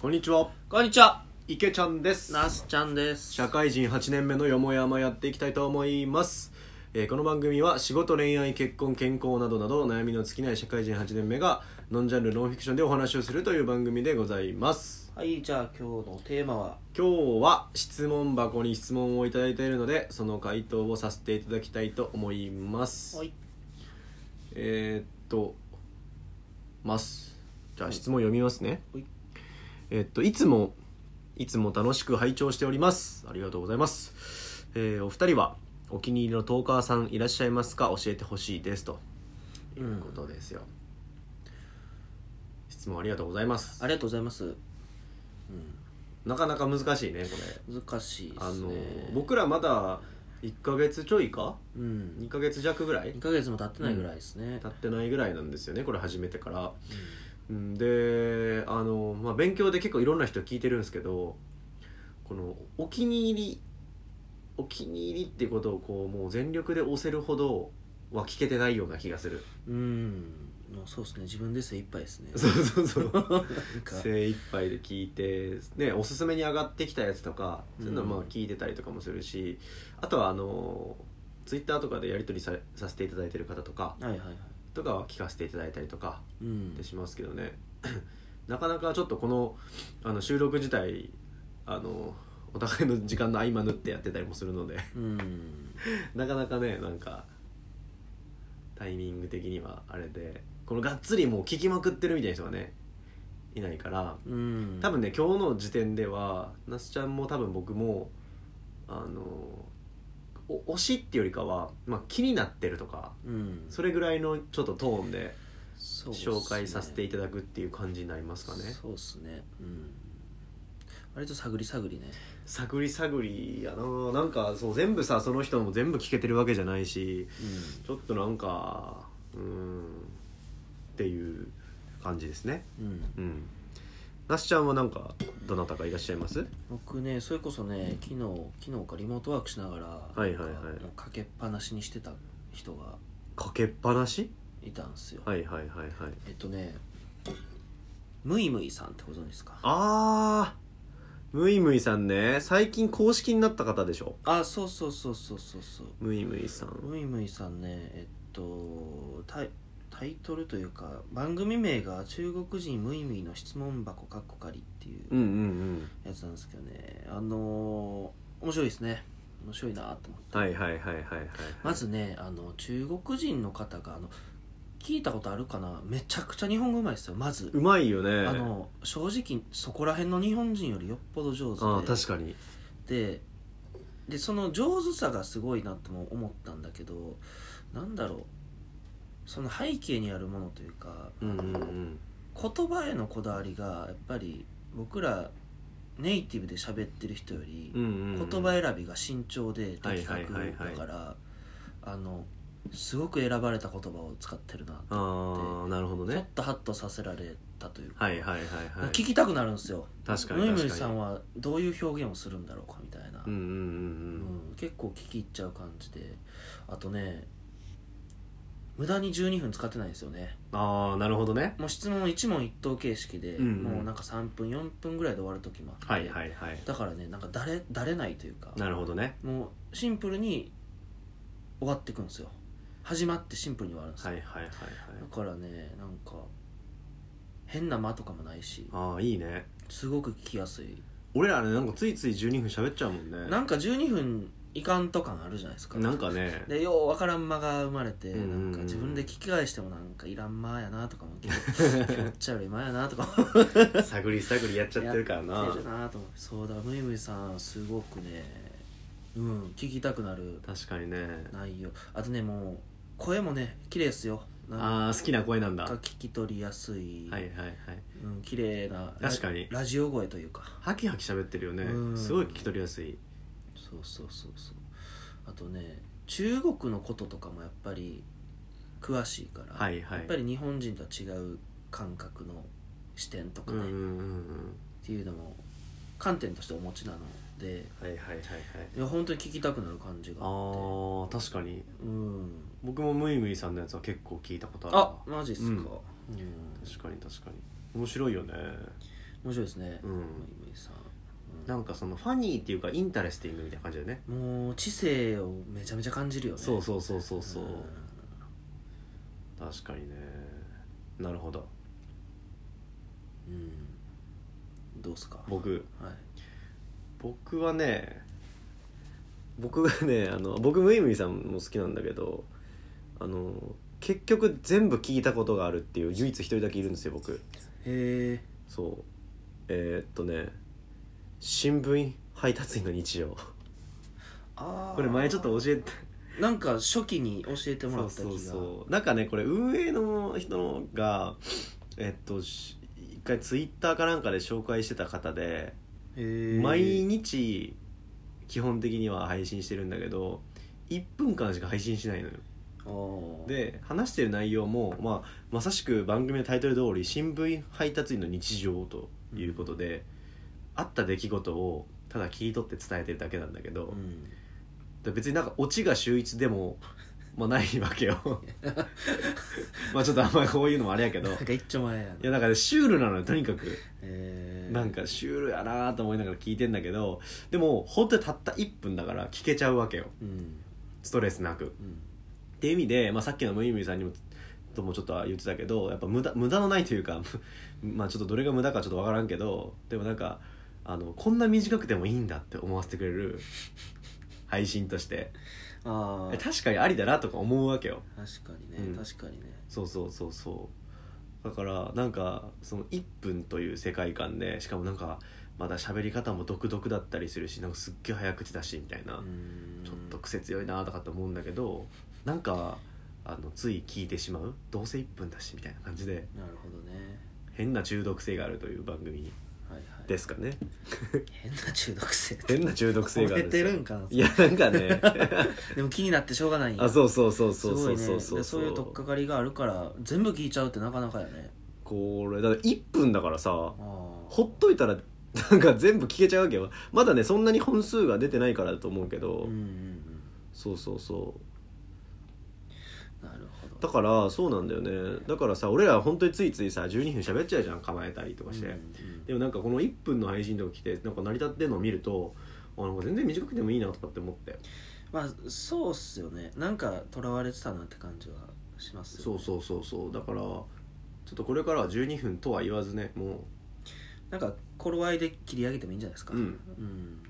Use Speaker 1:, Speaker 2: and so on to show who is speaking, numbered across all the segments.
Speaker 1: こんにちは
Speaker 2: こんにちは
Speaker 1: 池ちゃんです
Speaker 2: ナスちゃんです
Speaker 1: 社会人8年目のよもやまやっていきたいと思います、えーこの番組は仕事恋愛結婚健康などなど悩みの尽きない社会人8年目がノンジャンルノンフィクションでお話をするという番組でございます
Speaker 2: はいじゃあ今日のテーマは
Speaker 1: 今日は質問箱に質問をいただいているのでその回答をさせていただきたいと思います、
Speaker 2: はい
Speaker 1: えー、っとますじゃあ質問読みますね、
Speaker 2: はい
Speaker 1: えーっといつもいつも楽しく拝聴しておりますありがとうございます、えーお二人はお気に入りのトーカーさんいらっしゃいますか教えてほしいですと
Speaker 2: う
Speaker 1: いうんことですよ、質問ありがとうございます
Speaker 2: ありがとうございます
Speaker 1: なかなか難しいねこれ
Speaker 2: 難しいですね
Speaker 1: あの僕らまだ1ヶ月ちょいか
Speaker 2: うん
Speaker 1: 2ヶ月弱ぐらい
Speaker 2: 2ヶ月も経ってないぐらいですね
Speaker 1: 経ってないぐらいなんですよねこれ始めてから、うんであの、まあ、勉強で結構いろんな人聞いてるんですけどこのお気に入りお気に入りっていうことをこうもう全力で押せるほどは聞けてないような気がする
Speaker 2: うん、うんもうそうですね自分で精一杯です ね
Speaker 1: そうそうそ
Speaker 2: な
Speaker 1: うん
Speaker 2: か
Speaker 1: 精一杯で聞いて、ね、おすすめに上がってきたやつとかそういうのをまあ
Speaker 2: うん
Speaker 1: 聞いてたりとかもするし、あとはあのツイッターとかでやり取りささせていただいてる方とか
Speaker 2: はいはいはい
Speaker 1: とかは聞かせていただいたりとか
Speaker 2: うん
Speaker 1: ってしますけどね なかなかちょっとこのあの収録自体あのお互いの時間の合間縫ってやってたりもするので
Speaker 2: うん
Speaker 1: なかなかねなんかタイミング的にはあれでこのがっつりもう聞きまくってるみたいな人がねいないから
Speaker 2: うん
Speaker 1: 多分ね今日の時点では那須ちゃんも多分僕もあのお推しっていうよりかは、まあ、気になってるとか
Speaker 2: うん
Speaker 1: それぐらいのちょっとトーンで
Speaker 2: そうっすね
Speaker 1: 紹介させていただくっていう感じになりますかね
Speaker 2: そうですねうん割と探り探りね
Speaker 1: 探り探りやななんかそう全部さその人も全部聞けてるわけじゃないしちょっとなんかうーんっていう感じですね
Speaker 2: うん、うん
Speaker 1: うんなしちゃんはなんかどなたかいらっしゃいます
Speaker 2: 僕ねそれこそね昨日昨日かリモートワークしながら、
Speaker 1: はいはいはい
Speaker 2: なんかもうかけっぱなしにしてた人が
Speaker 1: かけっぱなし
Speaker 2: いたんですよ、
Speaker 1: はいはいはいはい
Speaker 2: えっとねムイムイさんってご存知ですかあ
Speaker 1: あーむいむいさんね最近公式になった方でしょ
Speaker 2: そうそうそうそうそうそう
Speaker 1: むいむいさん
Speaker 2: ムイムイさんねえっとタイタイトルというか番組名が「中国人ムイムイの質問箱かっこかり」っていう
Speaker 1: うんうんうん
Speaker 2: やつなんですけどねあのー面白いですね面白いなと思って
Speaker 1: はいはいはいはいはい
Speaker 2: まずねあの中国人の方があの聞いたことあるかなめちゃくちゃ日本語うまいですよまず、
Speaker 1: うまいよね
Speaker 2: あの正直そこら辺の日本人よりよっぽど上手で
Speaker 1: あー確かに
Speaker 2: ででその上手さがすごいなとも思ったんだけどなんだろうその背景にあるものというか
Speaker 1: うんうんうん
Speaker 2: 言葉へのこだわりがやっぱり僕らネイティブで喋ってる人より、
Speaker 1: うんうんうん
Speaker 2: 言葉選びが慎重で的
Speaker 1: はい
Speaker 2: 確
Speaker 1: はいはいはい
Speaker 2: だからあのすごく選ばれた言葉を使ってるなと、
Speaker 1: ああなるほど
Speaker 2: ちょっ
Speaker 1: ね
Speaker 2: とハッとさせられたというか、
Speaker 1: はいはいはいはい
Speaker 2: 聞きたくなるんですよ
Speaker 1: 確かに
Speaker 2: ムイム
Speaker 1: 確
Speaker 2: イ
Speaker 1: かに
Speaker 2: さんはどういう表現をするんだろうかみたいな、
Speaker 1: うんうん
Speaker 2: うん結構聞き入っちゃう感じであとね無駄に12分使ってないんですよね
Speaker 1: うんうんああなるほどね
Speaker 2: もう質問一問一答形式で、
Speaker 1: うんうん
Speaker 2: もうなんか3分4分ぐらいで終わる時もあって、
Speaker 1: はいはいはい
Speaker 2: だからねなんかだれだれないというか
Speaker 1: なるほどね
Speaker 2: もうシンプルに終わっていくんですよ始まってシンプルに終わるんですよ、
Speaker 1: はいはいはいはい
Speaker 2: だからねなんか変な間とかもないし
Speaker 1: ああいいね
Speaker 2: すごく聞きやすい
Speaker 1: 俺らねなんかついつい12分喋っちゃうもんね
Speaker 2: なんか12分いかんと感あるじゃないですか
Speaker 1: なんかね
Speaker 2: でようわからん間が生まれて
Speaker 1: うんうんうん
Speaker 2: なんか自分で聞き返してもなんかいらん間やなとかも 気持ち悪い間やなとかも
Speaker 1: 探り探りやっちゃってるから
Speaker 2: やっ
Speaker 1: な
Speaker 2: て るなと思ってそうだむいむいさんすごくねうん聞きたくなる
Speaker 1: 確かにね
Speaker 2: 内容あとねもう声もね綺麗ですよなんか
Speaker 1: ああ好きな声なんだ
Speaker 2: が
Speaker 1: は
Speaker 2: 聞き取りやすい、
Speaker 1: いはいはい
Speaker 2: うん、綺麗な
Speaker 1: 確かに
Speaker 2: ララジオ声というか
Speaker 1: ハキハキ喋ってるよね
Speaker 2: うん
Speaker 1: すごい聞き取りやすい
Speaker 2: そうそうそうそうあとね中国のこととかもやっぱり詳しいから、
Speaker 1: はいはい
Speaker 2: やっぱり日本人とは違う感覚の視点とか
Speaker 1: うん
Speaker 2: ね、
Speaker 1: うん
Speaker 2: っ
Speaker 1: うんうん
Speaker 2: ていうのも観点としてお持ちなので
Speaker 1: はいはいはいはい
Speaker 2: いや本当に聞きたくなる感じがあっ
Speaker 1: ああ確かに
Speaker 2: てうん
Speaker 1: 僕もムイムイさんのやつは結構聞いたことあるな
Speaker 2: あマジっすか、うん
Speaker 1: 確かに確かに面白いよね
Speaker 2: 面白いですね、
Speaker 1: うん
Speaker 2: 今井さんうん
Speaker 1: なんかそのファニーっていうかインタレスティングみたいな感じだよね
Speaker 2: もう知性をめちゃめちゃ感じるよね
Speaker 1: そう
Speaker 2: う
Speaker 1: そうそうそうそう、
Speaker 2: ん
Speaker 1: 確かにねなるほど
Speaker 2: うんどうっすかは
Speaker 1: 僕
Speaker 2: い
Speaker 1: 僕はね僕がねあの僕ムイムイさんも好きなんだけどあの結局全部聞いたことがあるっていう唯一一人だけいるんですよ僕
Speaker 2: へえ
Speaker 1: そうえー、っとね新聞配達員の日常
Speaker 2: あー
Speaker 1: これ前ちょっと教えて
Speaker 2: なんか初期に教えてもらった気
Speaker 1: そう
Speaker 2: が
Speaker 1: そうそうなんかねこれ運営の人がえっとし一回ツイッターかなんかで紹介してた方で
Speaker 2: へえ
Speaker 1: 毎日基本的には配信してるんだけど1分間しか配信しないのよ
Speaker 2: あー
Speaker 1: で話してる内容も、まあ、まさしく番組のタイトル通り新聞配達員の日常ということで、あった出来事をただ切り取って伝えてるだけなんだけど
Speaker 2: う、ん
Speaker 1: で別になんかオチが秀逸でも、まあ、ないわ けよまあちょっとあんまりこういうのもあれやけど
Speaker 2: ないんか一丁前やな
Speaker 1: やだから、ね、シュールなのよとにかく
Speaker 2: えー
Speaker 1: なんかシュールやなと思いながら聞いてんだけどでも本当にたった1分だから聞けちゃうわけよ
Speaker 2: うん
Speaker 1: ストレスなく
Speaker 2: うん
Speaker 1: っていう意味で、まあ、さっきのムイムイさんにもともちょっとは言ってたけどやっぱ無駄無駄のないというか まあちょっとどれが無駄かちょっと分からんけどでもなんかあのこんな短くてもいいんだって思わせてくれる配信として
Speaker 2: ああ
Speaker 1: え確かにありだなとか思うわけよ
Speaker 2: 確かにね、
Speaker 1: うん
Speaker 2: 確かにね
Speaker 1: そうそうそうそうだからなんかその1分という世界観でしかもなんかまだ喋り方も独特だったりするしなんかすっげえ早口だしみたいな、
Speaker 2: うん
Speaker 1: ちょっと癖強いなとかって思うんだけどなんかあのつい聞いてしまうどうせ1分だしみたいな感じで
Speaker 2: なるほどね
Speaker 1: 変な中毒性があるという番組
Speaker 2: はいはい
Speaker 1: ですかね
Speaker 2: 変な中毒性
Speaker 1: 変な中毒性がある
Speaker 2: 覚えてるんかない
Speaker 1: やなんかね
Speaker 2: でも気になってしょうがないんや
Speaker 1: あそうそうそう
Speaker 2: す
Speaker 1: そう
Speaker 2: ご
Speaker 1: そ
Speaker 2: いうね
Speaker 1: そうそう
Speaker 2: でそういう取っかかりがあるから全部聞いちゃうってなかなかやね
Speaker 1: これだって1分だからさ
Speaker 2: ああ
Speaker 1: ほっといたらなんか全部聞けちゃうわけよまだねそんなに本数が出てないからだと思うけど、
Speaker 2: うんうんうん
Speaker 1: そうそうそう
Speaker 2: なるほど
Speaker 1: だからそうなんだよねだからさ俺ら本当についついさ12分喋っちゃうじゃん構えたりとかして、
Speaker 2: うんうん
Speaker 1: でもなんかこの1分の配信とか来てなんか成り立ってるのを見るとあなんか全然短くてもいいなとかって思って
Speaker 2: まあそうっすよねなんかとらわれてたなって感じはしますよ
Speaker 1: そうそうそうそうだからちょっとこれからは12分とは言わずねも
Speaker 2: なんか頃合いで切り上げてもいいんじゃないですか
Speaker 1: うん
Speaker 2: うん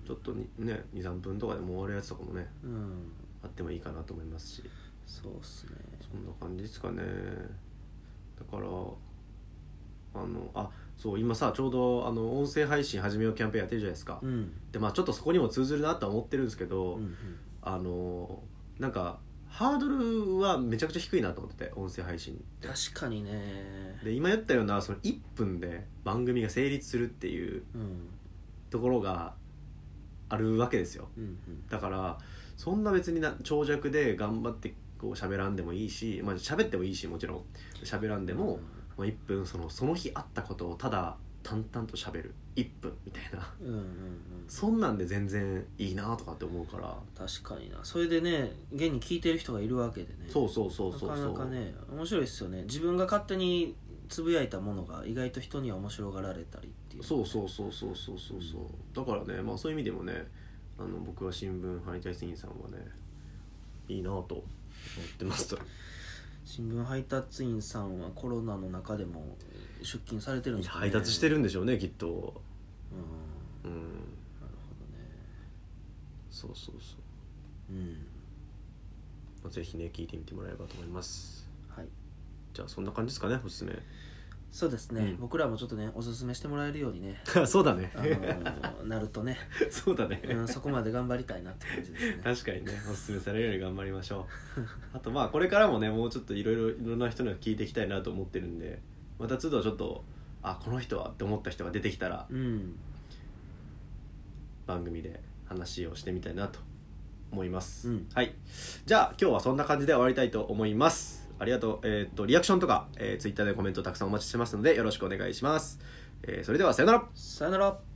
Speaker 1: うちょっとにね23分とかでもう終わるやつとかもね
Speaker 2: うん
Speaker 1: あってもいいかなと思いますし
Speaker 2: そうっすね
Speaker 1: そんな感じですかねだからあのあそう今さちょうどあの音声配信始めようキャンペーンやってるじゃないですか、
Speaker 2: うん
Speaker 1: でまあちょっとそこにも通ずるなとは思ってるんですけど、
Speaker 2: うんうん
Speaker 1: あのなんかハードルはめちゃくちゃ低いなと思ってて音声配信って
Speaker 2: 確かにね
Speaker 1: で今言ったようなその1分で番組が成立するっていう
Speaker 2: うん
Speaker 1: ところがあるわけですよ
Speaker 2: うんうん
Speaker 1: だからそんな別にな長尺で頑張ってこう喋らんでもいいしまあ喋ってもいいしもちろん喋らんでも、まあ、1分そのその日あったことをただ淡々と喋る1分みたいな
Speaker 2: うんうんうん
Speaker 1: そんなんで全然いいなとかって思うから
Speaker 2: 確かになそれでね現に聞いてる人がいるわけでね
Speaker 1: そうそうそう
Speaker 2: な
Speaker 1: そう
Speaker 2: か
Speaker 1: そ
Speaker 2: な
Speaker 1: う
Speaker 2: かね面白いですよね自分が勝手につぶやいたものが意外と人には面白がられたりっていう
Speaker 1: そうそうそうそうそうそうそうだからねまあそういう意味でもねあの僕は新聞配達員さんはねいいなぁと思ってますと
Speaker 2: 新聞配達員さんはコロナの中でも出勤されてるんですかね
Speaker 1: 配達してるんでしょうねきっと
Speaker 2: うん
Speaker 1: うん
Speaker 2: なるほどね
Speaker 1: そうそうそう
Speaker 2: うん
Speaker 1: まあぜひね聞いてみてもらえればと思います
Speaker 2: はい
Speaker 1: じゃあそんな感じですかねおすすめ
Speaker 2: そうですね、
Speaker 1: うん
Speaker 2: 僕らもちょっとねおすすめしてもらえるようにね
Speaker 1: そうだね
Speaker 2: あのーなるとね、
Speaker 1: そうだね、
Speaker 2: うん、そこまで頑張りたいなって感じです ね
Speaker 1: 確かにねおすすめされるように頑張りましょう あとまあこれからもねもうちょっといろいろいろんな人には聞いていきたいなと思ってるんでまた都度ちょっとあこの人はって思った人が出てきたら
Speaker 2: うん
Speaker 1: 番組で話をしてみたいなと思います、
Speaker 2: うん
Speaker 1: はいじゃあ今日はそんな感じで終わりたいと思いますありがとうえーっとリアクションとか、えー、ツイッターでコメントたくさんお待ちしてますのでよろしくお願いします、えーそれではさよなら
Speaker 2: さよなら